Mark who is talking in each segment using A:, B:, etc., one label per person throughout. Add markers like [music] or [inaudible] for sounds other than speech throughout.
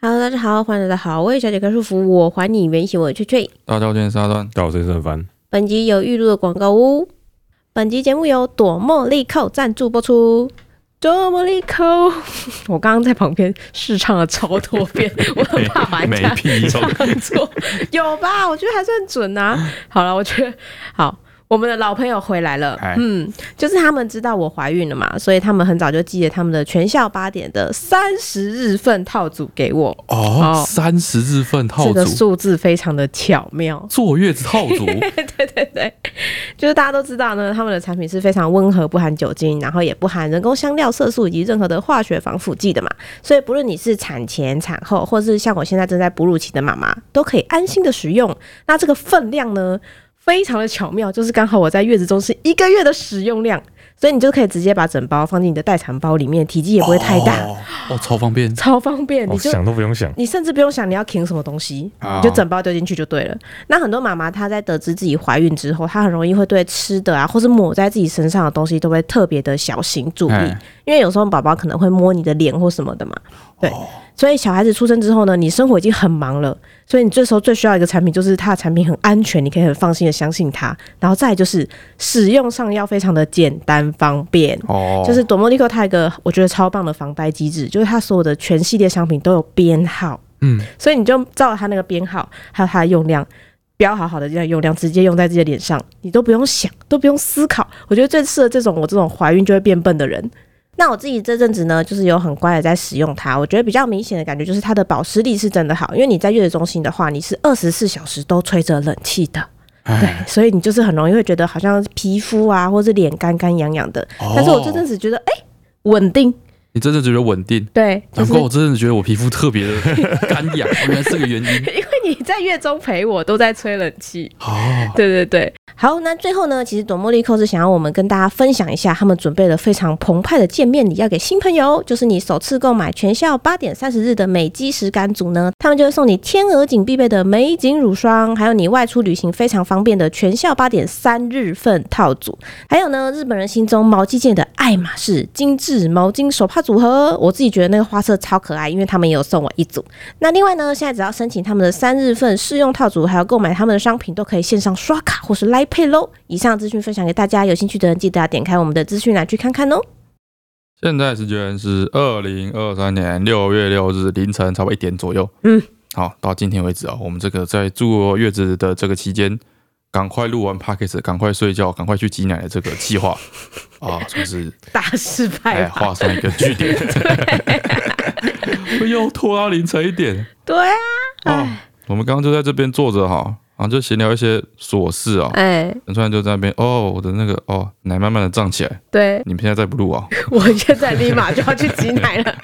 A: Hello，大家好，欢迎来到好味小姐开束缚，我还你原形，我是翠翠。
B: 大家好，我是阿段。
C: 到谁是很烦？
A: 本集有预录的广告屋。本集节目由朵茉莉蔻赞助播出。朵茉莉蔻， [laughs] 我刚刚在旁边试唱了超多遍，我很怕把人
C: 没
A: 家
C: 屁
A: [laughs]
C: 用
A: 唱错。有吧？我觉得还算准啊。好了，我觉得好。我们的老朋友回来了，
B: 哎
A: 嗯，就是他们知道我怀孕了嘛，所以他们很早就寄了他们的全校八点的三十日份套组给我，哦
C: 哦，三十日份套
A: 这个
C: 组，
A: 数字非常的巧妙，
C: 坐月子
A: [laughs]
C: 套组，
A: 对对对，就是大家都知道呢，他们的产品是非常温和，不含酒精，然后也不含人工香料、色素以及任何的化学防腐剂的嘛。所以不论你是产前、产后，或是像我现在正在哺乳期的妈妈，都可以安心的使用。那这个分量呢，非常的巧妙，就是刚好我在月子中是一个月的使用量，所以你就可以直接把整包放进你的待产包里面，体积也不会太大，
C: 哦，哦超方便。
A: 超方便，
C: 哦
A: 你就
C: 都不用想，
A: 你甚至不用想你要停什么东西，你就整包丢进去就对了。那很多妈妈她在得知自己怀孕之后，她很容易会对吃的啊，或是抹在自己身上的东西都会特别的小心注意
B: 哎，
A: 因为有时候宝宝可能会摸你的脸或什么的嘛。对，所以小孩子出生之后呢，你生活已经很忙了，所以你这时候最需要一个产品，就是它的产品很安全，你可以很放心的相信它。然后再来就是使用上要非常的简单方便。
B: 哦，
A: 就是朵茉莉蔻它有一个我觉得超棒的防呆机制，就是它所有的全系列商品都有编号，
C: 嗯，
A: 所以你就照着它那个编号还有它的用量。标好好的这样用量，直接用在自己的脸上，你都不用想，都不用思考。我觉得最适合这种我这种怀孕就会变笨的人。 [laughs] 那我自己这阵子呢，就是有很乖的在使用它。我觉得比较明显的感觉就是它的保湿力是真的好，因为你在月子中心的话，你是二十四小时都吹着冷气的，对，所以你就是很容易会觉得好像皮肤啊，或是脸干干痒痒的。但是我这阵
C: 哦
A: 子觉得，哎、稳定，
B: 你真的觉得稳定，
A: 对，就
B: 难
A: 是
B: 怪我真的觉得我皮肤特别的干
A: [laughs]
B: 痒，原来是这个原因。
A: 因为你在月中陪我都在吹冷气，
C: 哦，
A: 对对对。好，那最后呢，其实朵茉莉蔻是想要我们跟大家分享一下，他们准备了非常澎湃的见面礼要给新朋友，就是你首次购买全校八点三十日的美肌实感组呢， [laughs] 他们就会送你天鹅颈必备的美颈乳霜，还有你外出旅行非常方便的全校八点三日份套组，还有呢，日本人心中毛巾界的爱马仕精致毛巾手帕组合，我自己觉得那个花色超可爱，因为他们也有送我一组。那另外呢，现在只要申请他们的三日份试用套组，还有购买他们的商品，都可以线上刷卡或是 Line Pay 喽。以上资讯分享给大家，有兴趣的人记得要点开我们的资讯栏去看看哦。
B: 现在时间是二零二三年六月六日凌晨差不多一点左右。
A: 嗯，
B: 好，到今天为止啊，我们这个在坐月子的这个期间，赶快录完 p a c k a g e 赶快睡觉，赶快去挤奶的这个计划啊，算是
A: 大失败
B: 哎
A: 吧？
B: 画上一个句点。 [laughs] 又拖到凌晨一点
A: 对啊，
B: 哦，我们刚刚就在这边坐着哈，然后就闲聊一些琐事啊。
A: 哎，
B: 陈川就在那边哦，我的那个哦奶慢慢的胀起来，
A: 对，
B: 你们现在在不录啊？
A: 我现在立马就要去挤奶了。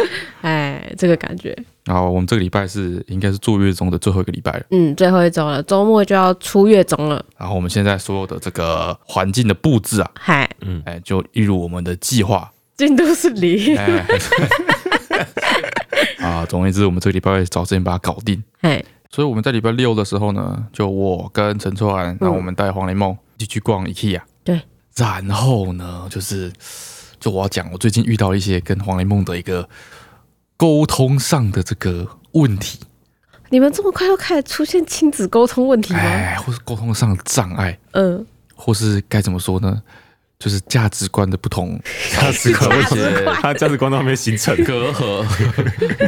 A: [laughs] 哎，这个感觉，
B: 然后我们这个礼拜是应该是坐月中的最后一个礼拜了，
A: 嗯，最后一周了，周末就要出月中了，
B: 然后我们现在所有的这个环境的布置啊，
A: 嗨，
B: 哎，就一如我们的计划，
A: 进度是零，
B: 哎，啊，总而言之，我们这个礼拜会找时间把它搞定。
A: 哎，
B: 所以我们在礼拜六的时候呢，就我跟陈川，然后我们带黄雷梦一起去逛 IKEA。
A: 对，
B: 然后呢，就是就我要讲，我最近遇到一些跟黄雷梦的一个沟通上的这个问题，
A: 你们这么快就开始出现亲子沟通问题吗？
B: 哎，或是沟通上的障碍，
A: 嗯，
B: 或是该怎么说呢？就是价值观的不同
C: 价值观 [laughs]
A: 价值观
C: 他价值观都还没形成，
B: 隔阂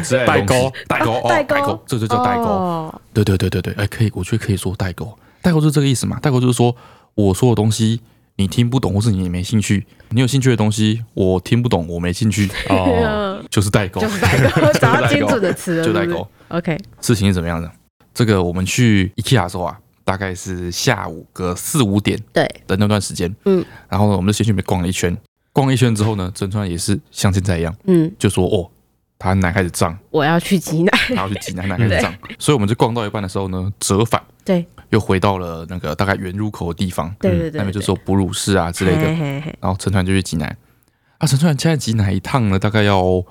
B: 之类的
C: 代
B: 东西
C: 沟，
B: [laughs] 代沟，哦
A: 代沟
B: 代沟，这就叫代沟。
A: 哦
B: 对对对对对，哎，可以，我觉得可以说代沟，代沟就是这个意思嘛。代沟就是说我说的东西你听不懂，或是你没兴趣；你有兴趣的东西我听不懂，我没兴趣， [laughs]
D: 啊
C: 哦，
B: 就是代沟
A: [laughs]
B: [laughs]
A: 就。是代沟，找到精准的词了，
B: 就代沟
A: 是不是。OK，
B: 事情是怎么样的？这个我们去 IKEA 的时候啊，大概是下午个四五点
A: 对，
B: 的那段时间，
A: 嗯，
B: 然后呢，我们就先去那边逛了一圈。逛一圈之后呢，陈川也是像现在一样，
A: 嗯，
B: 就说哦，他奶开始胀，
A: 我要去挤奶，
B: 然后去挤奶，奶开始胀，所以我们就逛到一半的时候呢，折返，
A: 对，
B: 又回到了那个大概原入口的地方，
A: 对对对，
B: 那边就是有哺乳室啊之类的。
A: 的，
B: 然后陈川就去挤奶，啊，陈川现在挤奶一趟呢，大概要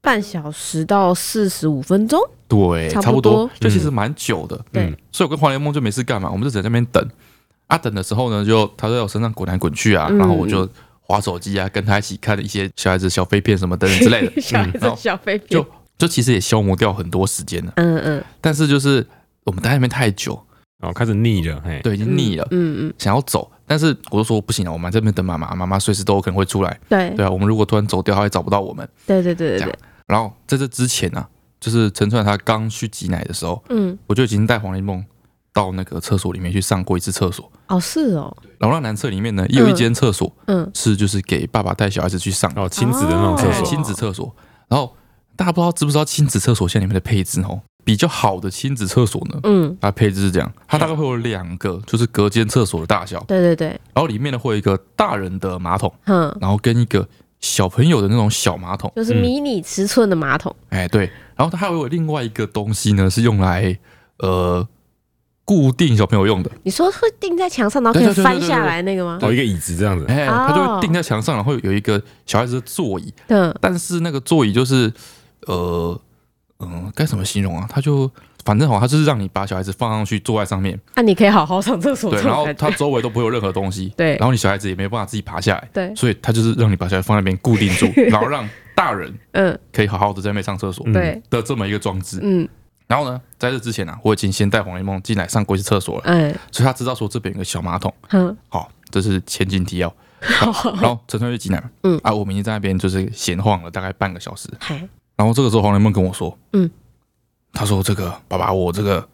A: 半小时到四十五分钟，
B: 对
A: 差不
B: 差不
A: 多嗯
B: 多，就其实蛮久的。
A: 对
C: 嗯
B: 所以我跟黄连梦就没事干嘛，我们就只能在那边等。啊，等的时候呢，就他在我身上滚来滚去啊，
A: 嗯
B: 然后我就划手机啊，跟他一起看一些小孩子小废片什么等等之类
A: [laughs]
B: 的，嗯
A: 小孩子
B: 好
A: 小飞片
B: 就，就其实也消磨掉很多时间了。
A: 嗯嗯
B: 但是就是我们待在那边太久，
C: 哦，开始腻了，嘿，
B: 对，已经腻了，
A: 嗯嗯，
B: 想要走，但是我就说不行了，我们在这边等妈妈，妈妈随时都有可能会出来。
A: 对
B: 对啊，我们如果突然走掉，她也找不到我们。
A: 对对对对
B: 这
A: 对
B: 样，然后在这之前呢、啊，就是陈川他刚去挤奶的时候，
A: 嗯，
B: 我就已经带黄连梦到那个厕所里面去上过一次厕所。
A: 哦是哦，
B: 然后那男厕里面呢，也有一间厕所、
A: 嗯，
B: 是就是给爸爸带小孩子去上的
C: 哦，亲子的那种
A: 哦
C: 厕
B: 对
C: 所，
B: 亲子厕所。然后大家不知道知不知道亲子厕所现在里面的配置哦，比较好的亲子厕所呢，
A: 嗯，
B: 它配置是这样，它大概会有两个，就是隔间厕所的大小，
A: 对对对，
B: 然后里面呢会有一个大人的马桶，
A: 哼，
B: 然后跟一个小朋友的那种小马桶，
A: 就是
C: 嗯
A: 迷你尺寸的马桶，
B: 哎对，然后它还有另外一个东西呢是用来呃固定小朋友用的，
A: 你说会钉在墙上，然后可以
B: 对对对
A: 翻
B: 对对
A: 下
B: 对
A: 来那个吗？
C: 哦，一个椅子这样子，
B: 哎，
A: 哦
B: 它就会钉在墙上，然后有一个小孩子的座椅，
A: 嗯，
B: 但是那个座椅就是呃嗯、该怎么形容啊？它就反正好，它就是让你把小孩子放上去坐在上面，
A: 那啊你可以好好上厕所，
B: 对，
A: 这
B: 然
A: 种
B: 后
A: 感
B: 它
A: 觉，
B: 周围都不会有任何东
A: [laughs]
B: 西，
A: 对
B: 然后你小孩子也没办法自己爬下来。
A: 对，
B: 所以他就是让你把小孩放在那边固定
A: [laughs]
B: 住，然后让大人
A: 嗯，
B: 可以好好的在那边上厕所
C: 嗯
A: 对，
B: 的这么一个装置。
A: 嗯，
B: 然后呢，在这之前啊，我已经先带黄一梦进来上过一次厕所了，
A: 哎，
B: 所以他知道说这边有个小马桶。
A: [laughs] 哼，
B: 好，这是前景提要。然后然后陈川就进来了，
A: 嗯
B: 啊，我们已经在那边就是闲晃了大概半个小时。
A: 嗨，
B: 然后这个时候黄连梦跟我说，
A: 嗯，
B: 他说这个爸爸，我这个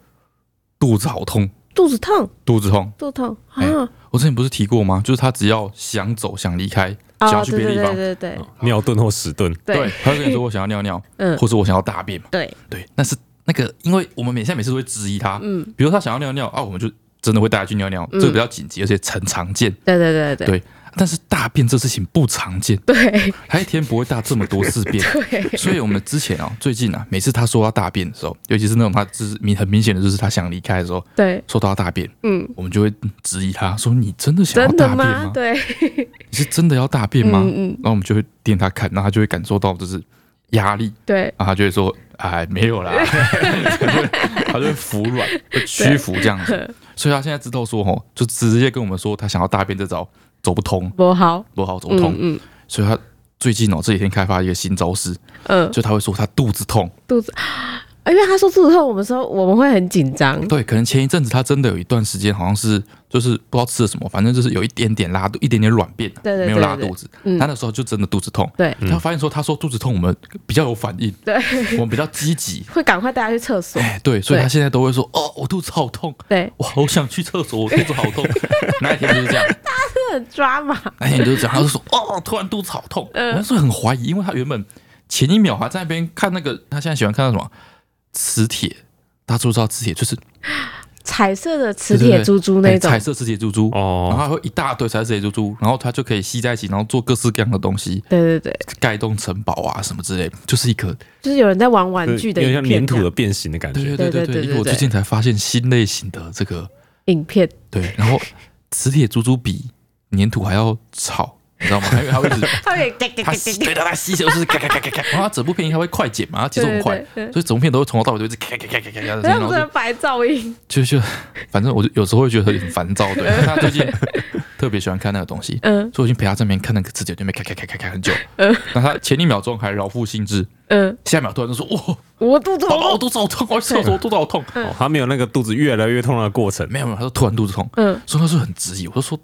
B: 肚子好痛，
A: 肚子痛，
B: 肚子痛。
A: 肚子痛
B: 哎
A: 啊，
B: 我之前不是提过吗？就是他只要想走想离开，想
A: 哦，
B: 要去
A: 对
B: 别的
A: 对
B: 地方，
A: 对对对
C: 尿遁或屎遁，
A: 对，
B: 他会跟你说我想要尿尿，
A: 嗯，
B: 或是我想要大便嘛，
A: 对，
B: 对，那是那个，因为我们每现在每次都会质疑他，
A: 嗯，
B: 比如他想要尿尿啊，我们就真的会带他去尿尿，
A: 嗯
B: 这个比较紧急，而且很常见。
A: 对对对对
B: 嗯对但是大便这事情不常见，
A: 对
B: 他一天不会大这么多次便，
A: [laughs] 对，
B: 所以我们之前啊，最近啊，每次他说要大便的时候，尤其是那种他就是明很明显的就是他想离开的时候，
A: 对，
B: 说到要大便，
A: 嗯，
B: 我们就会质疑他说你真的想要
A: 真的
B: 大便
A: 吗？
B: 吗？
A: 对，
B: 你是真的要大便吗？
A: 嗯嗯，
B: 然后我们就会盯他看，然后他就会感受到就是压力，
A: 对，
B: 啊然后他就会说：“哎，
A: [laughs]
B: 没有啦。”他就会服软，会屈服这样子。
A: 呵
B: 所以他现在知道说，吼，就直接跟我们说他想要大便这招走不通，
A: 不好，
B: 不好走不通。
A: 嗯嗯
B: 所以他最近哦这几天开发一个新招式，
A: 嗯，
B: 就他会说他肚子痛。
A: 肚子，哎因为他说肚子痛，我们说我们会很紧张，
B: 对，可能前一阵子他真的有一段时间好像是就是不知道吃了什么，反正就是有一点点拉肚，一点点软便，
A: 对对
B: 没有
A: 对
B: 拉
A: 对
B: 肚子。
A: 嗯
B: 他那时候就真的肚子痛。
A: 对
B: 他发现说，他说肚子痛，我们比较有反应，
A: 对，
B: 我们比较积极。
A: 会赶快带他去厕所，
B: 哎，对，所以
A: 对
B: 他现在都会说，哦，我肚子好痛。
A: 对，
B: 我好想去厕所，我肚子好
A: [laughs]
B: 痛。那一天就是这样，
A: 很抓马，
B: 那一天就是这样，他就说哦，突然肚子好痛。
A: 嗯
B: 我那时候很怀疑，因为他原本前一秒还在那边看那个，他现在喜欢看那什么磁铁，大家知不知道磁铁就是
A: 彩色的磁
B: 对对
A: 铁
B: 对
A: 珠珠那
B: 哎
A: 种
B: 彩，色磁铁珠珠，然后
C: 哦，
B: 它会一大堆彩色磁铁珠珠，然后它就可以吸在一起，然后做各式各样的东西，
A: 对对对，
B: 盖一栋城堡啊什么之类，就是一个
A: 就是有人在玩玩具
C: 有
A: 的
C: 点
A: 影
C: 像
A: 片啊
C: 粘
A: 这
C: 土
A: 样，
C: 的变形的感
B: 对对
C: 觉，
B: 对
A: 对对
B: 对，
A: 对
B: 因为我
A: 对
B: 最近才发现新类型的这个
A: 影片，
B: 对，然后磁铁珠珠比粘土还要吵，你知道吗？因为它会一直。
A: 他会给
B: 他吸对的，他吸球就是咔咔咔咔咔，然后他整部片应该会快剪嘛，他节奏很快，
A: 对对对
B: 所以整部片都会从头到尾都一直咔咔咔咔咔咔的声
A: 这
B: 音，
A: 样
B: 然
A: 真
B: 后
A: 的白噪音，
B: 就就就，反正我就有时候会觉得很烦躁，对，因为他最近特别喜欢看那个东西，
A: 嗯
B: 所以我已经陪他这边看那个字典对面咔咔咔咔咔很久
A: 嗯，
B: 那他前一秒钟还饶富兴致，
A: 嗯，
B: 下一秒突然就说哇，
A: 我肚子
B: 宝宝我
A: 痛，
B: 肚子好痛，我去厕所我肚子好痛，
C: 哦，他没有那个肚子越来越痛的过程，
B: 没有没有，他说突然肚子痛，
A: 嗯，
B: 所以那时候很质疑，我就说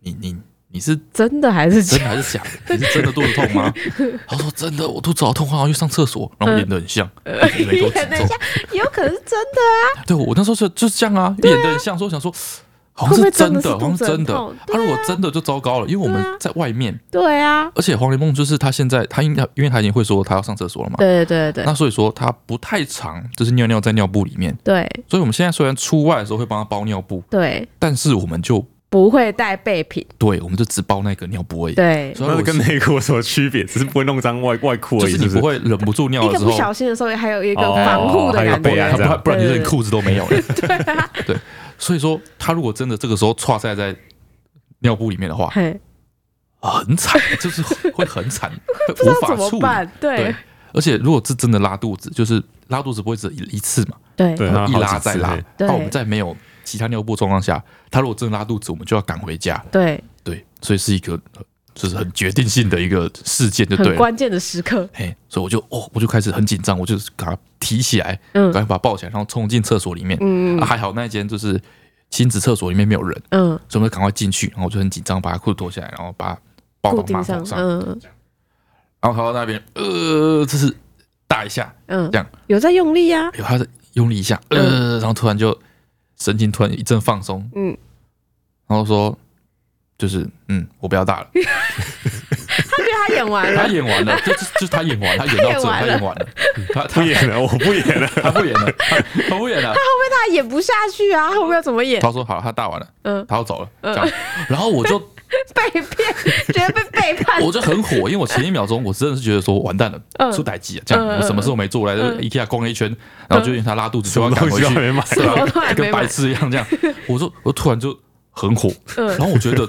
B: 你你你是
A: 真的还是假
B: 真的还
A: [laughs]
B: 是假的？你是真的肚子痛吗？他说真的，我肚子好痛，我好像去上厕所，
A: 呃
B: 然后我演的很像，一眉头
A: [laughs] 演
B: 紧
A: 的
B: 皱。
A: 像，有可能是真的，
B: 对，我那时候就就是这样啊，演的很像，所以我想说好像
A: 会不会
B: 是
A: 真的
B: 真的，
A: 是
B: 好像
A: 肚
B: 是
A: 子
B: 真
A: 很
B: 的。
A: 痛
B: 他如果真的就糟糕了，因为我们
A: 对啊
B: 在外面，
A: 对啊，
B: 而且黄连梦就是他现在他应该因为他已经会说他要上厕所了嘛，
A: 对对对
B: 那所以说他不太常就是尿尿在尿布里面，
A: 对
B: 所以我们现在虽然出外的时候会帮他包尿布，
A: 对，
B: 但是我们就
A: 不会带备品，
B: 对，我们就只包那个尿布而已。
A: 对，
B: 所以
C: 那
B: 我
C: 是跟
B: 是
C: 内裤有什么区别？只是不会弄脏外外裤
B: 就
C: 而已，
B: 是
C: 是
B: 你
C: 不
B: 不会忍不住尿
A: 一
B: 了
A: 个
B: 之
A: 不
B: 后，
A: 小心的时候，还有一个防护的感
C: 哦还有备
B: 他
C: 案
A: 觉，
B: 不
C: 这样
B: 然不然就是
A: 对对
B: 你
A: 对
B: 裤子都
A: [laughs]
B: 没有了。
A: 对啊，
B: 所以说，他如果真的这个时候歘塞在尿布里面的话，
A: 嘿，
B: 很惨，就是会很惨，
A: [laughs]
B: 会
A: 不知
B: 无
A: 道
B: 法
A: 怎么
B: 处理。
A: 办，对
B: 对，而且如果是真的拉肚子，就是拉肚子不会只有一一次嘛，
A: 对
C: 对，
B: 然后一拉
C: 好几次
B: 再拉
C: 嘿。
A: 对
B: 那我们在没有其他尿布状况下，他如果真的拉肚子，我们就要赶回家。
A: 对，
B: 对，所以是一个呃就是很决定性的一个事件，就对
D: 很
B: 了。
D: 关键的时刻，
B: 嘿，所以我就哦，我就开始很紧张，我就把它提起来，
D: 嗯
B: 赶快把它抱起来，然后冲进厕所里面。
D: 嗯
B: 啊还好那一间就是亲子厕所里面没有人，
D: 嗯，
B: 所以我们就赶快进去，然后我就很紧张，把他裤子脱下来，然后把他抱
D: 固
B: 到
D: 定
B: 马
D: 上
B: 桶，上，
D: 嗯
B: 然后跑到那边，呃，这是大一下，
D: 嗯，
B: 这样
D: 有在用力啊呀、
B: 哎呦，他的用力一下，呃，然后突然就神经突然一阵放松，
D: 嗯，
B: 然后说就是嗯，我不要 [laughs] 大了。
D: 他觉得他演完
B: 他
D: [laughs] 了，
B: 演完了，就就就他演完，他演到这，
D: 他
B: 他
D: 演
B: 演完了，他
C: 不
B: 他
C: 演了，我不演了。
B: 他不演了，他他不演了。
D: 他演不下去啊，后面要怎么演？
B: 他说好了，他大完了，
D: 嗯，
B: 他要走了，这样。然后我就
D: 被骗，觉得被背
B: [laughs]
D: 叛，
B: 我就很火，因为我前一秒钟我真的是觉得说完蛋
D: 嗯
B: 了，出歹机啊，这样
D: 嗯嗯
B: 我什么事都没做，来就
D: 嗯
B: IKEA 逛了一圈，然后就因为他拉肚子，
C: 什
B: 就要
C: 么
B: 赶
C: 东
B: 回
C: 西
B: 去
C: 都还，没买，
B: 对啊
D: 什么都还没买
B: 跟白痴一样这
D: [laughs]
B: 样。我说我突然就很火，
D: 嗯
B: 然后我觉得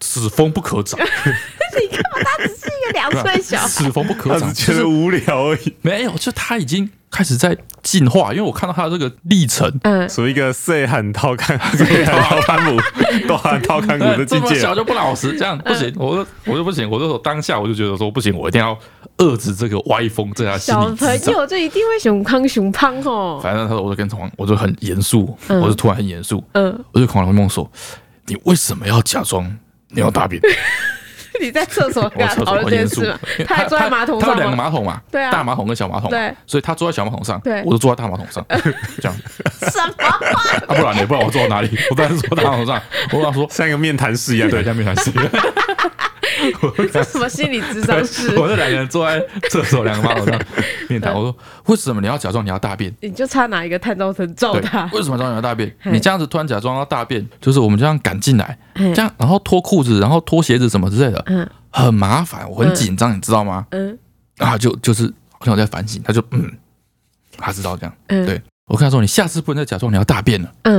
B: 此风不可
D: [laughs]
B: 长，
D: 你看他只 [laughs] 是一个两岁小孩，
B: 此风不可
C: 他只
B: 长，
C: 是
B: 就
C: 觉得
B: 是
C: 无聊而已。
B: 没有，就他已经开始在进化，因为我看到他的这个历程。
D: 嗯，
C: 属于一个岁很掏看，岁很掏看 [laughs] 母，都很掏看骨
B: 哎
C: 的
B: 这
C: 境
B: 么
C: 界啊
B: 小
C: 了。
B: 就不老实，这样不
D: 嗯
B: 行，我就我就不行，我就当下我就觉得说不行，我一定要遏制这个歪风，在他心
D: 小
B: 里
D: 朋
B: 滋长。
D: 友就一定会熊康熊胖哦吼， [laughs]
B: 反正他说，我就跟同，我就很严肃，
D: 嗯
B: 我就突然很严肃，
D: 嗯，
B: 我就跟王梦说：“你为什么要假装你要
D: [laughs]
B: 大便？”
D: 你在厕所
B: 我
D: 跟他
B: 厕
D: 讨
B: 所很
D: 论哦这
B: 严
D: 件
B: 肃
D: 事
B: [laughs]
D: 吗，
B: 因为？
D: 他还坐在马桶
B: 他有
D: 上
B: 两个
D: 吗？
B: 马桶嘛，
D: 对啊
B: 大马桶跟小马桶，
D: 对，
B: 所以他坐在小马桶上，
D: 对
B: 我就坐在大马
D: [laughs]
B: 桶上，这样，
D: 什么？
B: 啊，不然呢？不然我坐到哪里？我当然是坐大马桶上，我跟他说，哎
C: 像一个面谈室一样，
B: 对，
C: [laughs] 对，
B: 下面还是。
D: 这什么心理智商 [laughs] 是？嗯
B: 我这两个人坐在厕所两个马桶上面谈，我说为什么你要假装你要大便？
D: 你就差拿一个探照灯照
B: 对
D: 他，，
B: 为什么假装你要大便？
D: 嘿
B: 你这样子突然假装要大便，就是我们这样赶进来，
D: 嘿
B: 这样然后脱裤子，然后脱鞋子什么之类的，
D: 嗯
B: 很麻烦，我很紧张，你知道吗？
D: 嗯
B: 啊，就就是好像我在反省，他就嗯，他知道这样，
D: 嗯，
B: 对我跟他说你下次不能再假装你要大便了，
D: 嗯，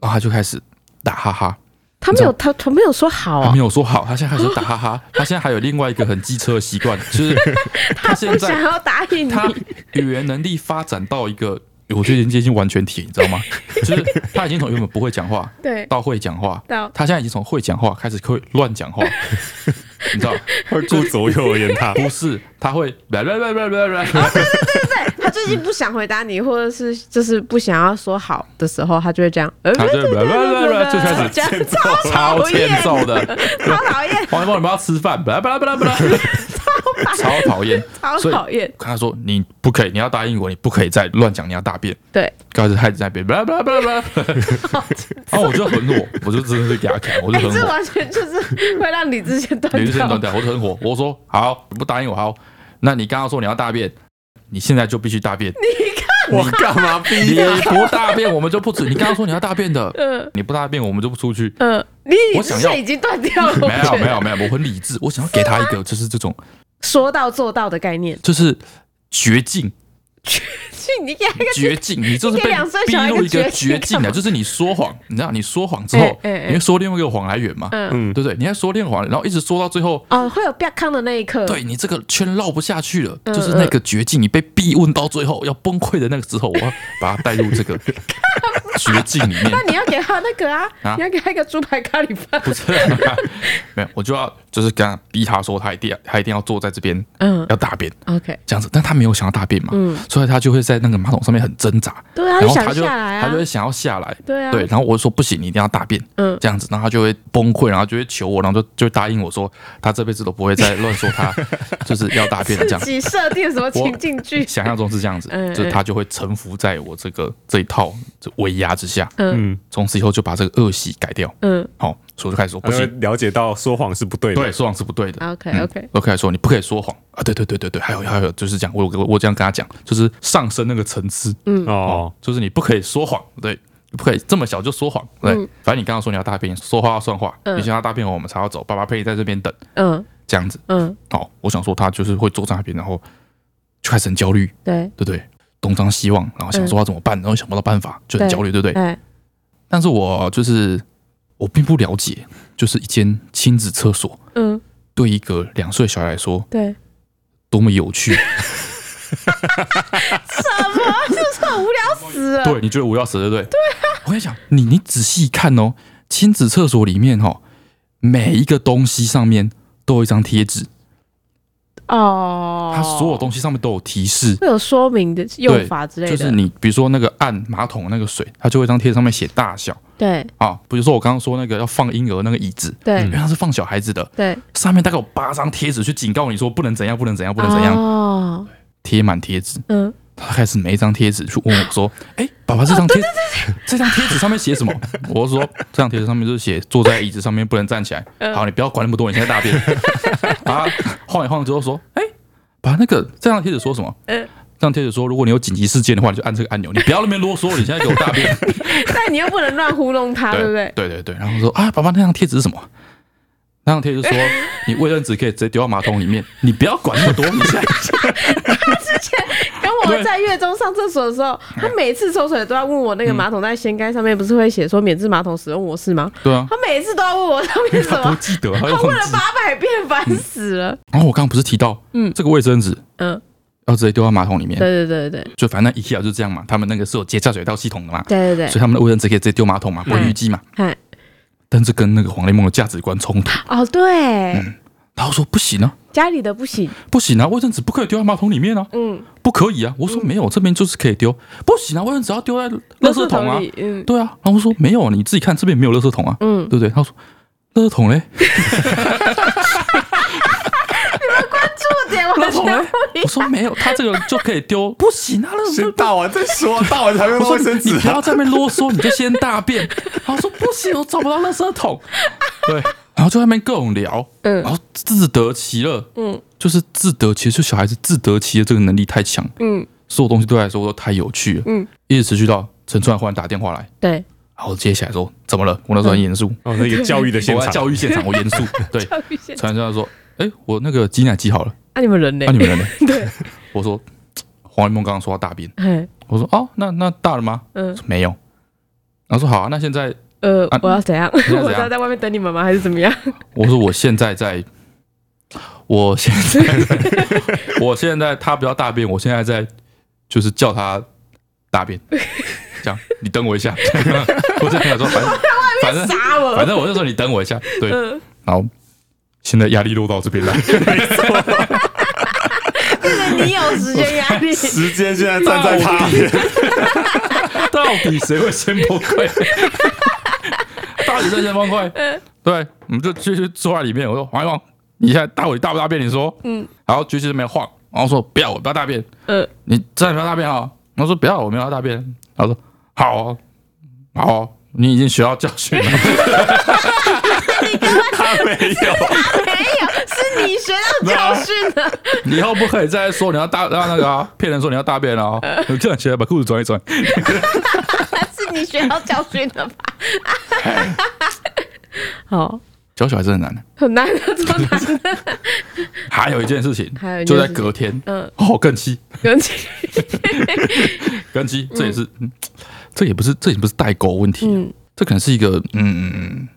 B: 然后他就开始打哈哈，
D: 他没有他他没有说好
B: 他
D: 啊
B: 没，有说好，他现在开始打哈哈，他现在还有另外一个很机车的习惯，就是
D: [laughs]
B: 他现
D: 不
B: 在
D: 想要答应你，
B: 他语言能力发展到一个， [laughs] 我觉得已经接近完全体，你知
D: [laughs]
B: 道吗？就是他已经从原本不会讲话
D: 对，
B: 到会讲话，
D: 到
B: 他现在已经从会讲话开始会乱讲
D: [laughs]
B: 话，你知道？
C: 会顾左右而言他。
B: 不是，他会
D: [laughs]
B: 来来来来来来，
D: 他最近不想回答你，或者是就是不想要说好的时候，他就会这样，呃
B: 他就来来来来，就开始
D: 这样
B: [laughs] 超欠揍的。
D: [laughs] 超讨厌，
B: 黄一峰，你不要吃饭， [laughs] 巴拉巴拉巴拉巴拉，超讨厌。
D: 超
B: 所以
D: 讨厌，
B: 跟他说你不可以，你要答应我，你不可以再乱讲，你要大便。
D: 对，
B: 开始开始在那边巴拉巴拉巴
D: [laughs]
B: 拉巴拉，然后我就很火，我就真的是给他看，我就
D: 哎，
B: 很火
D: 这。完全就是会让理智线断
B: 连线断
D: 掉，
B: 掉，我就很火，我说好，你不答应我好，那你刚刚说你要大便，你现在就必须大便，
C: [laughs] 我干嘛逼
B: 你
C: 他？
B: 不大便我们就不吃，你刚刚说你要大便的， [laughs]
D: 嗯
B: 你不大便我们就不出去。
D: 嗯，你理
B: 我
D: 智
B: 想要
D: 线已经断掉了，
B: 没
D: 我
B: 有
D: 觉得
B: 没有没有，我很理智，我想要给他一个就是这种
D: 说到做到的概
B: [laughs]
D: 念，
B: 就是绝 [laughs] 境
D: 去你给他一个
B: 绝境，你就是
D: 你给
B: 被
D: 两岁
B: 逼
D: 小孩一个
B: 入一个
D: 绝境
B: 绝境啊
D: 干嘛
B: 了，就是你说谎，你知道你说谎之后，
D: 哎哎哎
B: 你会说另外一个谎来源嘛，
D: 嗯
B: 对不对？你还说另外一个谎，然后一直说到最后。
D: 哦，会有变康的那一刻，
B: 对你这个圈绕不下去了，
D: 嗯
B: 就是那个绝境，你被逼问到最后要崩溃的那个时候，我要把它带入这
D: [laughs]
B: 个绝境里面
D: 那。你要给他那个啊，
B: [laughs] 啊
D: 你要给他一个猪排咖喱饭，
B: 不是、 [laughs] 没有，我就要就是跟他逼他说，他一定要他一定要坐在这边
D: 嗯
B: 要大便
D: ，OK，
B: 这样子，但他没有想要大便嘛，
D: 嗯
B: 所以他就会在那个马桶上面很挣扎，
D: 对啊，
B: 然
D: 就
B: 后
D: 想
B: 他就
D: 下来
B: 他就
D: 啊
B: 会，想要下来，
D: 对啊，
B: 对，然后我就说不行，你一定要大便，
D: 嗯
B: 这样子，然后他就会崩溃，然后就会求我，然后就就答应我说，他这辈子都不会再乱说他 [laughs] 就是要大便了这
D: 自
B: 样。
D: 己设定什么情境剧，
B: 想象中是这样子
D: 嗯，
B: 就是他就会臣服在我这个这一套这威压之下，
D: 嗯
C: 嗯，
B: 从此以后就把这个恶习改掉。
D: 嗯
B: 好，所以我就开始说
C: 他
B: 不
C: 会
B: 行，
C: 了解到说谎是不对的。
B: 对，说谎是不对的。
D: ，OK
B: 嗯
D: OK，
B: 我开始说你不可以说谎啊！对对对对对，还有还有就是这样，我我我这样跟他讲，就是上升那个层次
D: 嗯
C: 哦，，
B: 就是你不可以说谎，对，不可以这么小就说谎，对。
D: 嗯
B: 反正你刚刚说你要大便，说话要算话，
D: 嗯
B: 你先要大便完我们才要走，爸爸陪你在这边等，
D: 嗯
B: 这样子。
D: 嗯，
B: 哦，我想说他就是会坐在那边，然后就开始很焦虑，
D: 对，
B: 对不对？东张西望，然后想说要怎么
D: 嗯
B: 办，然后想不到办法，就很焦虑，对不对？
D: 哎，
B: 但是我就是我并不了解，就是一间亲子厕所
D: 嗯，
B: 对一个两岁小孩来说
D: 对，
B: 多么有
D: [laughs]
B: 趣。
D: 什么？就是很无聊死了，
B: 对，你觉得无聊死对不对？对啊。我跟你讲，你你仔细看哦，亲子厕所里面哦，每一个东西上面都有一张贴纸，
D: 哦，
B: 它所有东西上面都有提示。
D: 会有说明的用法之类
B: 就
D: 的，
B: 是你，比如说那个按马桶那个水，它就会一张贴纸上面写大小
A: 对
B: 啊。比如说我刚刚说那个要放婴儿那个椅子，
D: 对
B: 因为它哎是放小孩子的，
D: 对，
B: 上面大概有八张贴纸去警告你说不能怎样，不能怎样，不能怎样，
D: 哦，
B: 贴满贴纸。
D: 嗯，
B: 他开始每一张贴纸去问我说：“哎、爸爸，这张贴、这张贴纸上面写 [laughs] 什么？”我就说：“这张贴纸上面就是写坐在椅子上面不能站起来。好，你不要管那么多，你现在大 [laughs] 便。啊，晃一晃之后说：“哎、把那个这张贴纸说什么？”
D: 嗯
B: 这张贴纸说，如果你有紧急事件的话，你就按这个按钮，你不要那边啰嗦，你现在给我大便。
D: 但你又不能乱糊弄他，啊对不对？
B: 对对对，然后说啊，爸爸那张贴纸是什么？那张贴纸
D: [laughs]
B: 说，你卫生纸可以直接丢到马桶里面，你不要管那么多，你现在
D: [laughs] 跟我
B: 对
D: 在月中上厕所的时候，他每次抽水都要问我那个马桶在掀盖上面不是会写说免治马桶使用模式吗？
B: 对啊，
D: 他每次都要问我上面什
B: 他不
D: 么，
B: 记得， [laughs] 他
D: 他
B: 又忘
D: 问了
B: 记。
D: 八百遍，烦死了。
B: 然后我刚刚不是提到，嗯，这个卫生纸 [laughs]
D: 嗯，
B: 要直接丢到马桶里面，
D: 对对对对
B: 就反正 IKEA 就是这样嘛，他们那个是有接下水道系统的嘛，
D: 对对
B: 所以
D: 对，
B: 他们的卫生纸可以直接丢马桶嘛，不会淤积嘛。
D: 哎，
B: 但这跟那个黄雷梦的价值观冲突，
D: 哦对，
B: 然后说不行啊，
D: 家里的不行，
B: 不行啊，卫生纸不可以丢在马桶里面啊，
D: 嗯，
B: 不可以啊。我说没有，这边就是可以丢，不行啊，卫生纸要丢在垃圾桶啊
D: 垃。里，嗯，
B: 对啊，然后我说没有，啊，你自己看这边没有垃圾桶啊，
D: 嗯
B: 对不对？他说垃圾桶嘞，
D: 重点
B: [laughs]
D: 完
B: 垃圾
D: 全
B: 桶嘞， [laughs] 我说没有，他这个就可以丢， [laughs] 不行啊，垃圾桶
C: 先倒完再说，倒完才用
B: 我
C: 卫
B: 说
C: 生
B: 你
C: 纸
B: 不
C: 啊。
B: 要在那边啰嗦，你就先大便。然后说不行，我找不到垃圾桶。对，然后就在那边各种聊，
D: 嗯
B: 然后自得其乐，
D: 嗯
B: 就是自得其乐，就小孩子自得其乐这个能力太强，
D: 嗯，
B: 所有东西对他来说都太有趣了，
D: 嗯，
B: 一直持续到陈川忽然打电话来，
D: 对，
B: [laughs] 然后接起来说怎么了？我那时候很严肃，
C: [laughs] 哦，那个教育的现
B: 我在
C: 场，
B: 教育现场，我严肃， [laughs] 对，
D: 教育现场，
B: 陈川说，哎，我那个挤奶机好了，
D: 啊你们人呢
B: 那？你们呢？
D: [laughs] 对，
B: 我说黄一梦刚刚说要大便，
D: 嘿
B: 我说哦，那那大了吗？
D: 嗯
B: 没有。然后说好啊，那现在
D: 呃
B: 啊，
D: 我要怎样？
B: 你要怎样
D: [laughs] 我是要在外面等你们吗？还是怎么
B: [laughs]
D: 样？
B: 我说我现在在，我现在
D: [laughs]
B: 在，我现在他不要大便，我现在在就是叫他大便，这样你等我一下。 [laughs] 我在朋友说，反正反正
D: 打我
B: 嗯反正我就说你等我一下，对，
D: 嗯
B: 然后现在压力落到这边来，
D: 你有时间压
B: [laughs]
D: 力，
C: 时间现在站在他边， [laughs]
B: [laughs] 到底谁会先崩
D: [laughs]
B: 溃？到底谁先崩溃？
D: 嗯
B: 对，我们就继续坐在里面。我说黄一旺，你现在大我大不大便？你说，嗯，然后继续在那边晃，然后说不要，我不要大便。
D: 嗯，
B: 你真的不要大便啊？我说不要，我没有要大便。他说好哦、好哦、你已经学到教训了。
C: 他没有，
D: 是你学到教训
B: [laughs]
D: 了。
B: 你以后不可以再说你要大让那个啊骗、人说你要大便了哦。
D: 嗯
B: 你这样起来把裤子转一转。啊
D: [laughs] 是你学到教训了吧？好，
B: 教小孩真的很难的。
D: 很难的，超
B: [laughs]
D: 难的。
B: 还有一件事情
D: 还有一，件
B: 就在
D: 事情
B: 隔天，
D: 嗯，
B: 哦，更气。
D: 跟起
B: 根基，这也是，嗯这也不是，这也不是代沟问题，啊
D: 嗯
B: 这可能是一个嗯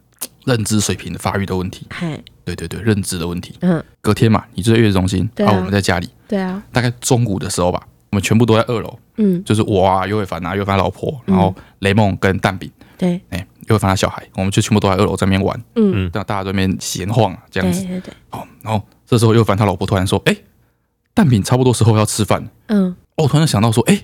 B: 认知水平的发育的问题。
D: 嗨，
B: 对对对，认知的问题。
D: 嗯，
B: 隔天嘛，你就在月子中心，
D: 对
B: 然
D: 啊
B: 后我们在家里，
D: 对啊，
B: 大概中午的时候吧，我们全部都在二楼，
D: 嗯，
B: 就是我啊，尤伟凡啊，尤伟凡老婆，然后雷梦跟蛋饼，
A: 对
B: 哎、尤伟凡他小孩，我们就全部都在二楼在那边玩，
D: 嗯
B: 嗯，大家在那边闲晃啊，这
A: 对
B: 样子。
A: 对对，
B: 哦，然后这时候尤伟凡他老婆突然说：“哎、蛋饼差不多时候要吃饭了。
A: 嗯，”
B: 哦，我突然想到说：“哎、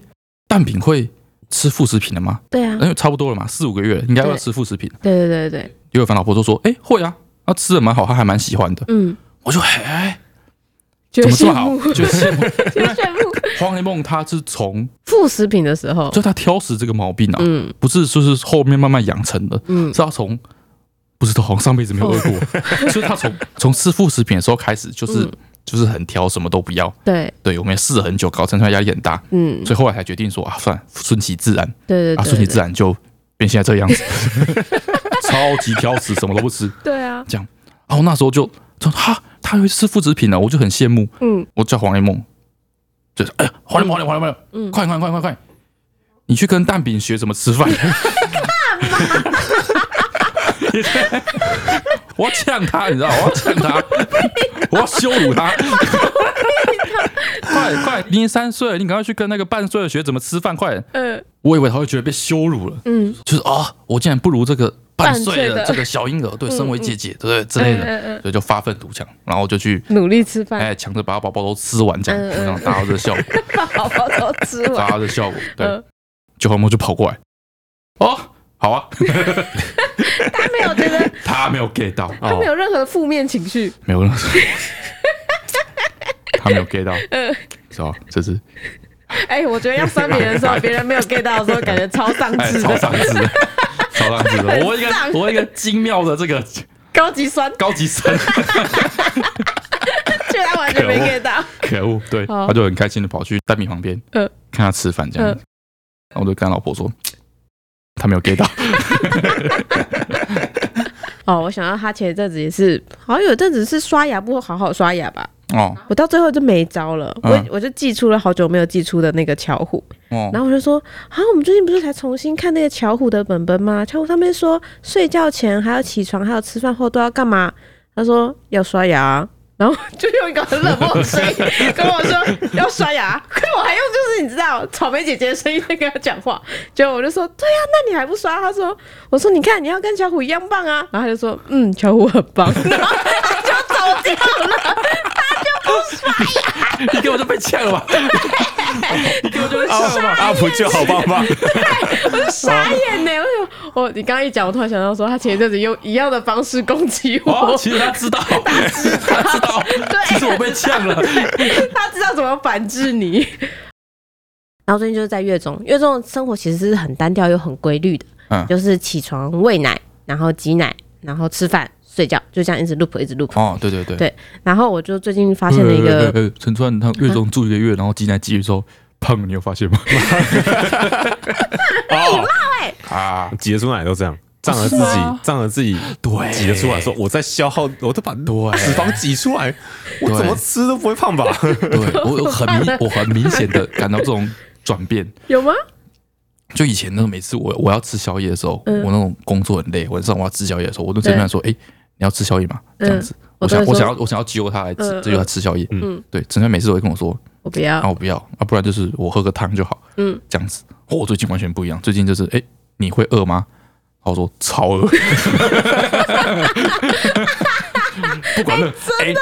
B: 蛋饼会吃副食品的吗？”
A: 对啊
B: 因，为差不多了嘛，四五个月了，应该要
D: 对
B: 吃副食品了。
D: 对对对对，
B: 刘伟凡老婆就说：“哎、会啊，他吃的蛮好，他还蛮喜欢的。
D: 嗯，”
B: 我就哎，
D: 觉
B: 怎么这么
D: 得羡
B: 好
D: 慕，？
B: 就羡慕
D: [laughs] 觉得羡慕。
B: 黄雷梦，他是从
D: 副食品的时候，
B: 就他挑食这个毛病啊，
D: 嗯
B: 不是就是后面慢慢养成的，
D: 嗯
B: 是他从不知道好像上辈子没有饿
D: 哦
B: 过， [laughs] 就是他从从吃副食品的时候开始，就是、
D: 嗯
B: 就是很挑，什么都不要。
D: 对，
B: 对，我们也试了很久，搞成出来压力很大，
D: 嗯，
B: 所以后来才决定说啊，算了，顺其自然。
D: 对对
B: 啊，
D: 对，
B: 顺其自然就变现在这个样子，超级挑食，什么都不吃。
D: 对啊，
B: 这样，然后那时候就就哈，他会吃副食品了，啊我就很羡慕。
D: 嗯，
B: 我叫黄雷梦，就是哎呀，黄雷梦，黄雷梦，黄雷梦，嗯，快快快快快，你去跟蛋饼学怎么吃饭。干嘛？我要呛他，你知道，我要呛他， [laughs] 我要羞辱他。快快，你已经三岁了，你赶快去跟那个半岁的学怎么吃饭，快点！
D: 嗯
B: 我以为他会觉得被羞辱了，
D: 嗯，
B: 就是啊、我竟然不如这个半岁
D: 半岁
B: 的
D: 的
B: 这个小婴
D: [laughs]
B: 儿，对，身为姐姐，对之类
D: 嗯嗯
B: 的，所以就发愤图强，然后就去
D: 努力吃饭，
B: 哎抢着把宝宝都吃完，这样
D: 嗯嗯
B: 让达到这个效果，
D: [laughs] 把宝宝都吃
B: 达
D: 完。
B: 到这个效果，对
D: 嗯，，
B: 九号猫就跑过来，哦，好啊，
D: 嗯他没有觉得，
B: 他没有 get 到，哦
D: 他没有任何负面情绪，
B: 没有任何， [laughs] 他没有 get 到，
D: 嗯
B: 是吧？这是
D: 哎，我觉得要酸别人的时候，别人没有 get 到的时候，感觉超丧
B: 哎，
D: 志
B: 超
D: 的，
B: 上智的，超上智的，我一个我一个精妙的这个
D: 高级酸，
B: 高级生，
D: 居然完全没
B: 可恶
D: get 到。
B: 可恶，对，
D: 好呃
B: 他就很开心的跑去蛋米旁边，
D: 嗯
B: 看他吃饭这样子，然后我就跟他老婆说，他没有 get 到，
D: 哦，我想到他前一阵子也是，好像有一阵子是刷牙不好好刷牙吧，
B: 哦
D: 我到最后就没招了，
B: 嗯
D: 我我就寄出了好久没有寄出的那个巧虎，
B: 哦
D: 然后我就说啊，我们最近不是才重新看那个巧虎的本本吗？巧虎上面说睡觉前还要起床，还有吃饭后都要干嘛？他说要刷牙。然后就用一个很冷漠的声音跟我说要刷牙，可我还用就是你知道草莓姐姐的声音在跟他讲话，结果我就说对呀、那你还不刷？他说我说你看你要跟巧虎一样棒啊，然后他就说嗯，巧虎很棒， [laughs] 然后他就走掉了。
B: 你给我就被呛了吧，你给我就被呛
C: 阿
B: 了吧，
C: 阿普啊就好棒 [laughs] 棒，
D: 傻眼呢、为什么？我你刚刚一讲，我突然想到说，他前一阵子用一样的方式攻击 [laughs] 我，
B: 哦，其实他知道，他知道，其实我被呛了，
D: [laughs] 他知道怎么反制你。然后最近就是在月中，月中的生活其实是很单调又很规律的，
B: 嗯
D: 就是起床喂奶，然后挤奶，然后吃饭睡觉，就这样一直 loop 一直 loop。
B: 哦，对对对
D: 对然后我就最近发现了一
B: 呃
D: 个，
B: 呃呃陈川他月中住一个月，然后进来寄的时候胖了，你有发
D: [laughs]
B: 现吗？
C: 哦，
B: 啊，
C: 挤得出来都这样，仗着自
B: 是
C: 己
B: 吗，
C: 仗着自己
B: 对
C: 挤得出来，说我在消耗，我在把脂肪挤出来，我怎么吃都不会胖吧？
B: 对我有很明，我很明显的感到这种转变。
D: 有吗？
B: 就以前那种每次我我要吃宵夜的时候，
D: 嗯
B: 我那种工作很累，晚上我要吃宵夜的时候，我都随便说，哎、你要吃宵夜吗？这
D: 嗯
B: 样子，我
D: 我都会
B: 想我
D: 说
B: 想要我想要揪他来吃
D: 嗯，
B: 揪、他吃宵夜。
C: 嗯
B: 对，陈川每次都会跟我说，
D: 我不要
B: 啊，我不要，啊，不然就是我喝个汤就好。
D: 嗯，
B: 这样子。哦，我最近完全不一样，最近就是，哎、你会饿吗？然后我说超饿， [laughs] 不管了，哎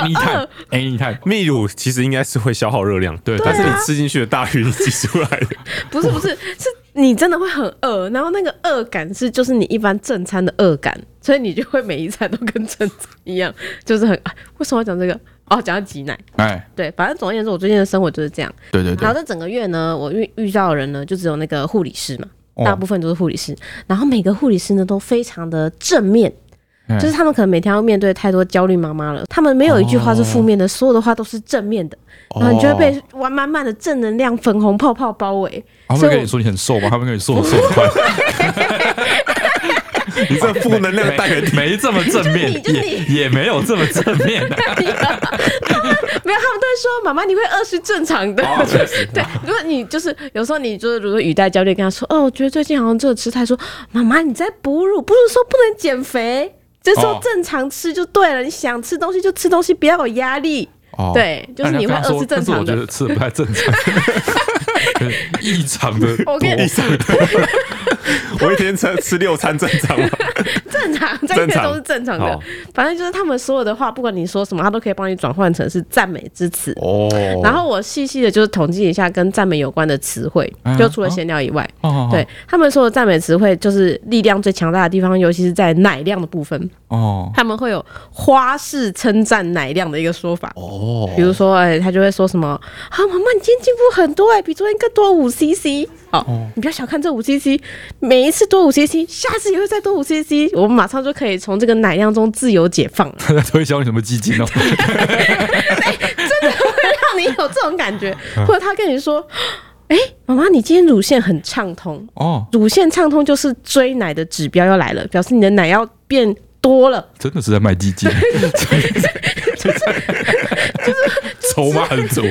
B: 哎、你看，哎你看，
C: 泌乳其实应该是会消耗热量，对，但是你吃进去的大于你挤出来的，
D: 不是不是，是你真的会很饿，然后那个饿感是就是你一般正餐的饿感，所以你就会每一餐都跟正餐一样，就是很、啊为什么要讲这个？哦，讲到挤奶，
B: 哎，
D: 对，反正总而言之，我最近的生活就是这样。
B: 对对对
D: 然后，这整个月呢，我遇遇到的人呢，就只有那个护理师嘛，
B: 哦
D: 大部分都是护理师。然后每个护理师呢，都非常的正面，
B: 嗯
D: 就是他们可能每天要面对太多焦虑妈妈了，他们没有一句话是负面的，所有的话都是正面的，然后你就会
B: 哦
D: 被完满满的正能量、粉红泡泡包围。
B: 他们
D: 所以
B: 会跟
D: 我
B: 你说你很瘦吗？他们跟你说我瘦很快。
C: 你这负能量带给
B: 没这么正面，
D: 就是你就是
B: 也也没有这么正面的、
D: [laughs] 没有，他们都会说：“妈妈，你会饿是正常的。
B: 哦确实
D: [laughs] 对，如果你就是有时候你就是如果语带焦虑，跟他说：“哦，我觉得最近好像只有吃太多。”说：“妈妈，你在哺乳，不是说不能减肥，就说
B: 哦
D: 正常吃就对了。你想吃东西就吃东西，不要有压力。
B: 哦
D: 对就是你会饿是正常的
B: 但是我觉得吃的不太正常，异常的
D: 我
B: 多。
D: 跟你
C: 我一天吃吃六餐正常吗？
D: 正常，在这
C: 正常
D: 都是正常的
B: 哦
C: 好。
D: 反正就是他们所有的话，不管你说什么，他都可以帮你转换成是赞美之词。
B: 哦，
D: 然后我细细的就是统计一下跟赞美有关的词汇
B: 嗯，
D: 就除了
B: 哦
D: 闲聊以外，
B: 哦，
D: 对他们说的赞美词汇，就是力量最强大的地方，尤其是在奶量的部分，
B: 哦
D: 他们会有花式称赞奶量的一个说法。
B: 哦，
D: 比如说，哎、他就会说什么啊，妈妈，你今天进步很多哎、比昨天更多五 CC 哦，你不要小看这五 CC，每一次多五 CC，下次也会再多五 CC，我们马上就可以从这个奶量中自由解放 [laughs] 了，
B: [laughs] 他在推销你什么基金哦？
D: 让你有这种感觉。
B: 嗯
D: 或者他跟你说，哎、妈妈，你今天乳腺很畅通，
B: [laughs] 哦，
D: 乳腺畅通就是追奶的指标要来了，表示你的奶要变多了，
B: 真的是在卖基金，筹码很足，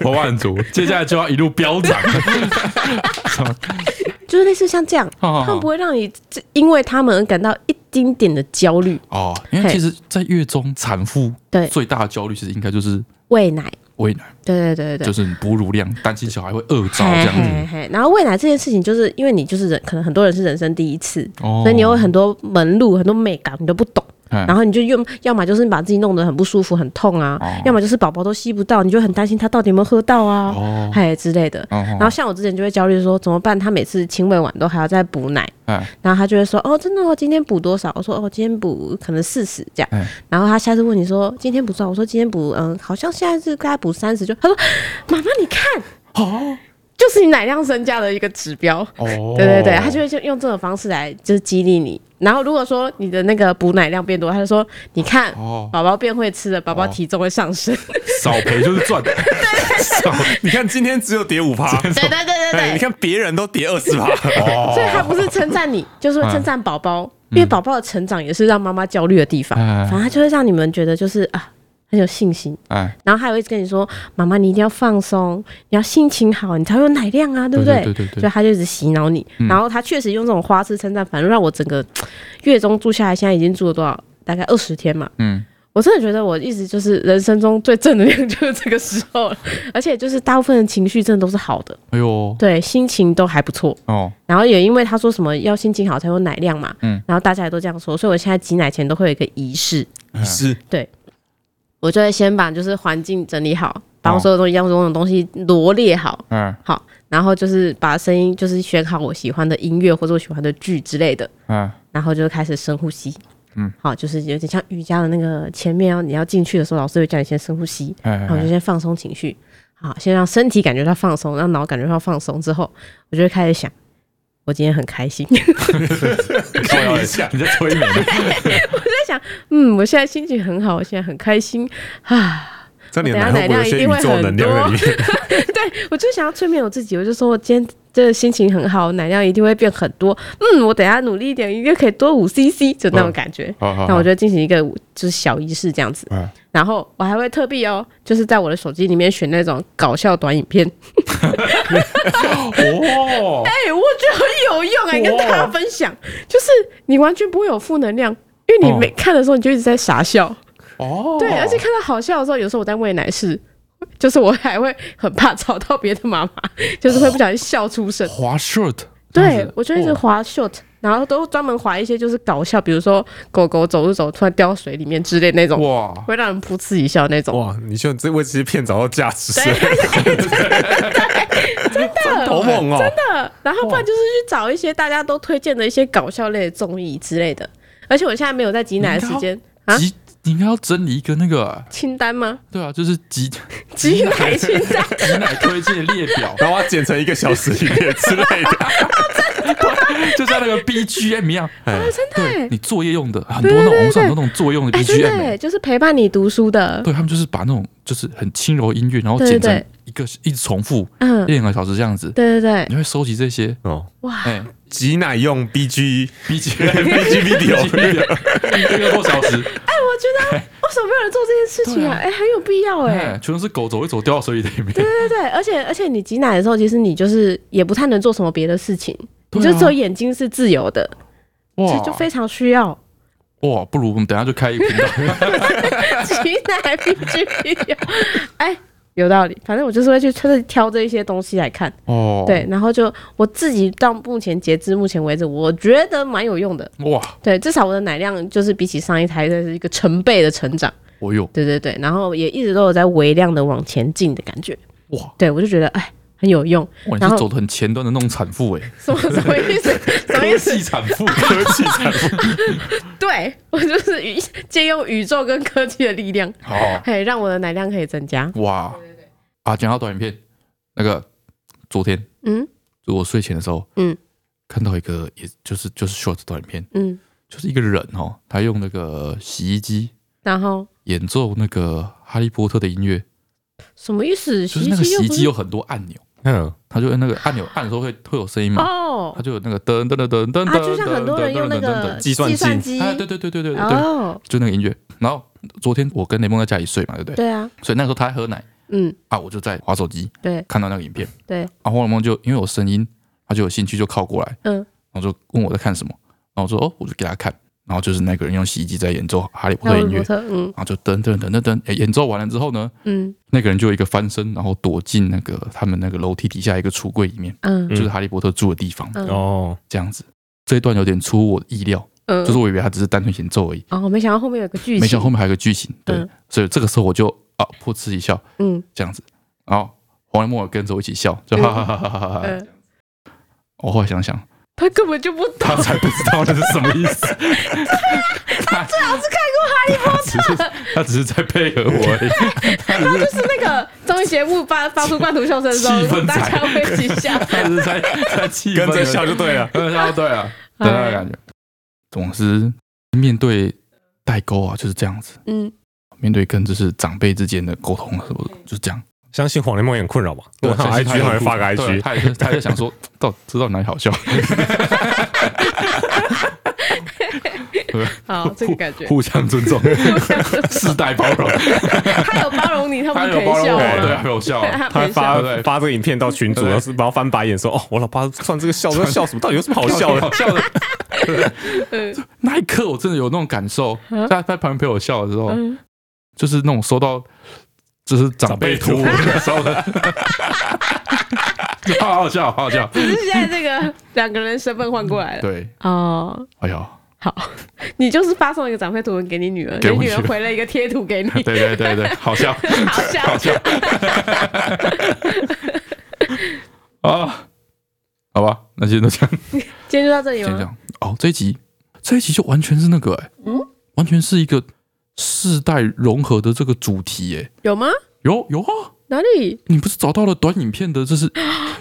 B: 筹码很足，接下来就要一路飙涨。
D: 就是类似像这样，
B: 哦
D: 他们不会让你这因为他们而感到一丁点的焦虑。
B: 哦，因为其实，在月中产妇
D: 对
B: 最大的焦虑，其实应该就是
D: 喂奶，
B: 喂奶，
D: 对对对对
B: 就
D: 对。
B: 是你哺乳量，担心小孩会饿着这
D: 嘿
B: 样子。
D: 嘿嘿，然后喂奶这件事情，就是因为你就是人，可能很多人是人生第一次，
B: 哦，
D: 所以你有很多门路、很多美感，你都不懂，
B: 哎
D: 然后你就用，要么就是你把自己弄得很不舒服、很痛啊，
B: 哦
D: 要么就是宝宝都吸不到，你就很担心他到底有没有喝到啊，
B: 哦，
D: 嘿之类的。然后
B: 然
D: 像我之前就会焦虑说怎么办？他每次亲喂完都还要再补奶，
B: 哎
D: 然后他就会说哦，真的哦，今天补多少？我说哦，今天补可能四十这样
B: 哎。
D: 然后他下次问你说今天补多少？我说今天补嗯，好像现在是大概补三十。就他说妈妈你看，
B: 哦
D: 就是你奶量身价的一个指标。
B: 哦，
D: 对对对，他就会就用这种方式来就是激励你。然后如果说你的那个补奶量变多，他就说你看
B: 哦
D: 宝宝变会吃了，宝宝
B: 哦
D: 体重会上升。
B: 少赔就是赚，少
C: 你看今天只有跌五趴，
D: 对对对对
C: 哎，
D: 对
C: 你，看别人都跌二十趴，
B: 哦
D: 所以他不是称赞你，就是
B: 嗯
D: 会称赞宝宝，因为宝宝的成长也是让妈妈焦虑的地方。
B: 哎
D: 反正他就会让你们觉得就是啊很有信心，
B: 哎，
D: 然后还有一直跟你说，妈妈你一定要放松，你要心情好，你才会有奶量啊，对不
B: 对对对对
D: 所以他就一直洗脑你，然后他确实用这种花式称赞，反正让我整个月中住下来，现在已经住了多少？大概二十天嘛，
B: 嗯，
D: 我真的觉得我一直就是人生中最正能量就是这个时候了，而且就是大部分的情绪真的都是好的，
B: 哎呦，
D: 对，心情都还不错。
B: 哦，
D: 然后也因为他说什么要心情好才有奶量嘛，
B: 嗯
D: 然后大家也都这样说，所以我现在挤奶前都会有一个仪式，
C: 是
D: 我就会先把就是环境整理好，把我
B: 哦
D: 所有东西要用的东西罗列好，
B: 哎
D: 好，然后就是把声音就是选好我喜欢的音乐或者我喜欢的剧之类的，
B: 哎，
D: 然后就开始深呼吸，
B: 嗯，
D: 好，就是有点像瑜伽的那个前面要你要进去的时候，老师会叫你先深呼吸，
B: 哎
D: 然后我就
B: 哎，
D: 先放松情绪，好，先让身体感觉到放松，让脑感觉到放松之后，我就会开始想，我今天很开心。 [laughs]
C: 看一下，
B: 你在催 [laughs] 眠，
D: 嗯，我现在心情很好，我现在很开心 [sighs] 啊！
C: 这样你的奶会不会有些宇宙能量在里面？
D: [laughs] 我就想要催眠我自己，我就说我今天这个心情很好，奶量一定会变很多。嗯，我等一下努力一点，应该可以多五 CC，就那种感觉。
B: 嗯好好，
D: 那我就进行一个就是小仪式这样子
B: 嗯，
D: 然后我还会特地哦，就是在我的手机里面选那种搞笑短影 [laughs] 片。
B: 哦，
D: 哎，我觉得很有用哎，
B: 哇
D: 跟大家分享，就是你完全不会有负能量，因为你
B: 哦
D: 每看的时候你就一直在傻笑。
B: 哦，
D: 对，而且看到好笑的时候，有时候我在喂奶是，就是我还会很怕吵到别的妈妈， [laughs] 就是会不小心笑出声。
B: 滑 shirt，
D: 对，我就一直
B: 哦
D: 滑 short，然后都专门滑一些就是搞笑，比如说狗狗走路走突然掉水里面之类那种，
B: 哇，
D: 会让人噗嗤一笑那种。
C: 哇，你就这为这些骗找到价值，
D: 对，
C: 好猛哦！
D: 然后不然就是去找一些大家都推荐的一些搞笑类的综艺之类的。而且我现在没有在挤奶的时间啊，
B: 集，你应该要整理一个那个，
D: 清单吗？
B: 对啊，就是集
D: 挤奶清单，
B: 挤奶推荐列
D: [laughs]
B: 表，
C: 然后把它剪成一个小时影片之类的，
B: 就像那个 BGM 一样，
C: 哎
D: 真的
B: 对
D: 欸，
B: 你作业用的很多那种网上很多那种作业用的
D: 哎，真的
B: BGM，
D: 欸，就是陪伴你读书的，
B: 对他们就是把那种就是很轻柔音乐，然后
D: 对
B: 剪
D: 对
B: 成一个一直重复
D: 嗯，
B: 一两个小时这样子，
D: 对对对，
B: 你会收集这些，
C: 哦，
D: 哇， [laughs]
B: 哎
C: 挤奶用 B G
B: ，BGM
C: B G video，
B: 一个多小时，
D: 我觉得为什么没有人做这件事情啊？哎、很有必要哎、
B: 哎，全都是狗走一走掉到水里的里面，
D: 对对对，而且而且你挤奶的时候，其实你就是也不太能做什么别的事情，
B: 对
D: 你
B: 啊
D: 就只有眼睛是自由的，其实就
B: 哇
D: 非常需要
B: 哇，不如我们等一下就开一个频道，
D: [laughs] 挤奶必须必要。哎、有道理，反正我就是会去特地挑这一些东西来看，
B: 哦，
D: 对，然后就我自己到目前截至目前为止，我觉得蛮有用的，
B: 哇，
D: 对，至少我的奶量就是比起上一台这是一个成倍的成长。
B: 我有
D: 对对对，然后也一直都有在微量的往前进的感觉。
B: 哇，
D: 对我就觉得哎很有用，
B: 哇，你是
D: 然后
B: 走的很前端的那种产妇哎，[laughs]
D: 什么什么意思？什么意
B: 科
D: 思？
B: 技产妇，科技产妇，
D: 对 [laughs] 我就是宇借用宇宙跟科技的力量， [laughs]
B: 好，
D: 嘿，让我的奶量可以增加。
B: 哦哇，啊，讲到短影片，那个昨天
D: 嗯
B: 就我睡前的时候，
D: 嗯，
B: 看到一个也就是就是 short 短影片。
D: 嗯，
B: 就是一个人哦，他用那个洗衣机
D: 然后
B: 演奏那个《哈利波特》的音乐，
D: 什么意思？
B: 就
D: 洗
B: 是
D: 衣
B: 那个
D: 机
B: 洗
D: 又
B: 衣
D: 不
B: 机
D: 是
B: 有很多按钮，
C: 嗯，
B: 他就按那个按钮按的时候会会有声音嘛，
D: 哦
B: 他就有那个噔噔噔噔噔噔噔噔噔噔噔噔噔
D: 啊，就像很多人用那个
C: 计算机
D: 机，
B: 哎，对对对对对对，
D: 哦，
B: 就那个音乐。然后昨天我跟雷梦在家里睡嘛，啊对不对？
D: 对啊，
B: 所以那时候他在喝奶
D: 嗯，
B: 啊，我就在划手机，
D: 对
B: 看到那个影片，
D: 对，
B: 啊，黄雷梦就因为我声音，他就有兴趣就靠过来，
D: 嗯
B: 然后就问我在看什么，然后我说哦，我就给他看，然后就是那个人用洗衣机在演奏《哈利波
D: 哈
B: 特》
D: 利
B: 音乐
D: 波，特，嗯
B: 然后就噔噔噔噔噔，诶演奏完了之后呢，
D: 嗯
B: 那个人就有一个翻身，然后躲进那个他们那个楼梯底下一个橱柜里面，
D: 嗯
B: 就是哈利波特住的地方，
D: 嗯
C: [laughs] 哦，
B: 这样子。这一段有点出乎我的意料，
D: 嗯，
B: 就是我以为他只是单纯演奏而已，
D: 哦，我没想到后面有个剧情，
B: 没想到后面还有个剧情，对
D: 嗯，
B: 所以这个时候我就啊噗嗤一笑
D: 嗯
B: 这样子，然后黄连木耳跟着我一起笑，就哈哈哈哈哈哈。
D: 嗯，
B: 我后来想想，
D: 他根本就不懂
B: 他才不知道那是什么意思。他最
D: 啊
B: 好是看过《哈利波特》，他只是在配合我而已。
D: 就是那个综艺节目发发出罐头笑声的时
B: 气
D: 候，
B: 氛
D: 大
B: 彩
D: 家会一起笑。
B: 他只是在在气氛
C: 跟着笑就对了。
B: 跟着笑，对啊， [laughs] 对
D: 哎
B: 那个感觉。总之，面对代沟啊，就是这样子；
D: 嗯，
B: 面对跟就是长辈之间的沟通啊，什么的就是这样。
C: 相信黄连梦也很困扰吧？我看
B: 相信
C: IG
B: 也
C: 还会发个
B: 对
C: IG，
B: 他也是他也想说，到知道哪里好笑， [laughs]
D: 好，这个感觉，
B: 互相尊重，世代包容，
D: 他有包容你，他不
B: 他
D: 可
B: 有
D: 以
B: 包容
D: 笑
B: 我，对
D: 吗？
B: 啊，有笑啊。
D: 他
C: 他还
D: 没
C: 发
D: 笑，
B: 对
C: 发这个影片到群主，
B: 对
C: 然后是然后翻白眼说：“哦，我老爸算这个笑，这笑什么？到底有什么好笑的
B: 好 [laughs] 笑的。
D: 嗯
B: 那一刻我真的有那种感受，
D: 嗯
B: 在在旁边陪我笑的时候，
D: 嗯，
B: 就是那种收到就是长辈图
C: 长辈图
B: 的时候的，好好笑，好好笑。
D: 只是现在这个两个人身份换过来了。
B: 对，
D: 哦，
B: 哎呦，
D: 好，你就是发送一个长辈图文给你女儿，
B: 给
D: 你
B: 我
D: 女儿
B: 女儿
D: 回了一个贴图给你，
B: [laughs] 对对对对，好笑，
D: 好
B: 好
D: 笑。
B: 笑。 [laughs] 啊，好吧，那今天就这样，
D: 今天就到这里
B: 先这
D: 吗？
B: 样。哦，这一集，这一集就完全是那个、欸，
D: 嗯
B: 完全是一个世代融合的这个主题、欸，
D: 有吗？
B: 有有啊。
D: 哪里？
B: 你不是找到了短影片的就是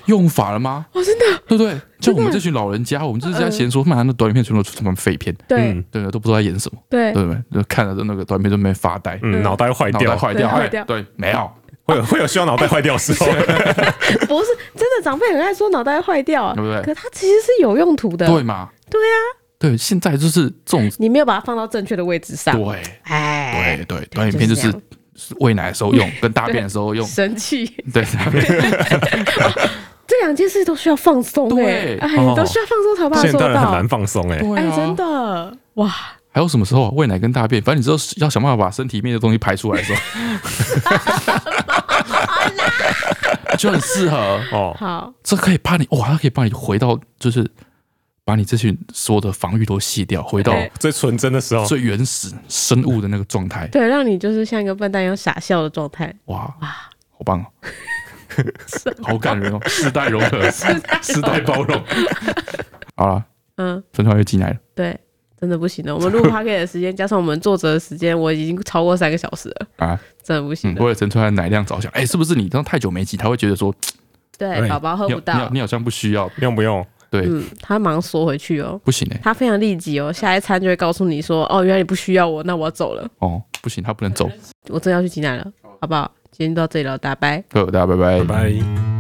B: 用法了吗？
D: [gasps] 哦，真的？
B: 对不对？就我们这群老人家，我们就是在嫌说，妈那短影片全部都是他妈废片，
D: 对？”
B: 对不对？都不知道在演什么，
D: 对
B: 嗯对不对？就看了那个短片就没发呆，
C: 嗯，
D: 嗯
C: 脑袋坏
B: 脑袋
C: 掉，
B: 坏掉，
D: 对坏
B: 哎
D: 掉
B: 对，没有，
C: 会有会有需要脑袋坏掉的时
B: [laughs]
C: 候。
D: 不是真的，长辈很爱说脑袋坏掉啊，
B: 对不对
D: 可它其实是有用途的。
B: 对嘛？
D: 对啊，
B: 对，现在就是这种，
D: 你没有把它放到正确的位置上。
B: 对
D: 哎，
B: 对对，短影片就是
D: 就是 [laughs]
B: 是喂奶的时候用，跟大便的时候用，
D: 神器，
B: 对，大便
D: 这两件事都需要放松哎
B: 对，
D: 哎，
C: 哦
D: 都需要放松才把它
C: 现
D: 做
C: 代人很
D: 到
C: 难。放松哎，
B: 对
D: [laughs] 哎，真
B: 啊。
D: 的哇，
B: 还有什么时候啊喂奶跟大便？反正你知道要想办法把身体里面的东西排出来的时
D: [laughs]
B: 候，就很适合。
C: 哦，
D: 好，
B: 这可以帮你哇，它可以帮你回到，就是把你这群所有的防御都卸掉，回到
D: 哎
C: 最纯真的时候，
B: 最 [laughs] 原始生物的那个状态。
D: 对，让你就是像一个笨蛋一样傻笑的状
B: [laughs]
D: 态。
B: 哇，好
D: [laughs]
B: 棒哦！好感人哦，世代融合，世代包容。好了，
D: 嗯，
B: 分团又进来了，
D: 对，真的不行的。我们录 p o d c 的时间加上我们作者的时间，我已经超过三个小时了，
B: 啊，
D: 真的不行
B: 嗯，
D: 的。
B: 为了陈川的奶量着想，哎、是不是你这样太久没挤，他会觉得说
D: 对，
C: 哎
D: 宝宝喝
B: 你
D: 不
B: 好你好
D: 到
B: 你，好像不需要，
C: 用不用？
B: 对，
D: 嗯，他马上缩回去哦。
B: 不行哎、
D: 他非常立即哦，下一餐就会告诉你说，哦，原来你不需要我，那我要走了，
B: 哦，不行，他不能走。
D: 我真的要去济南了，好不好？今天就到这里了，大家拜。
B: 各位大家拜拜
C: 拜拜。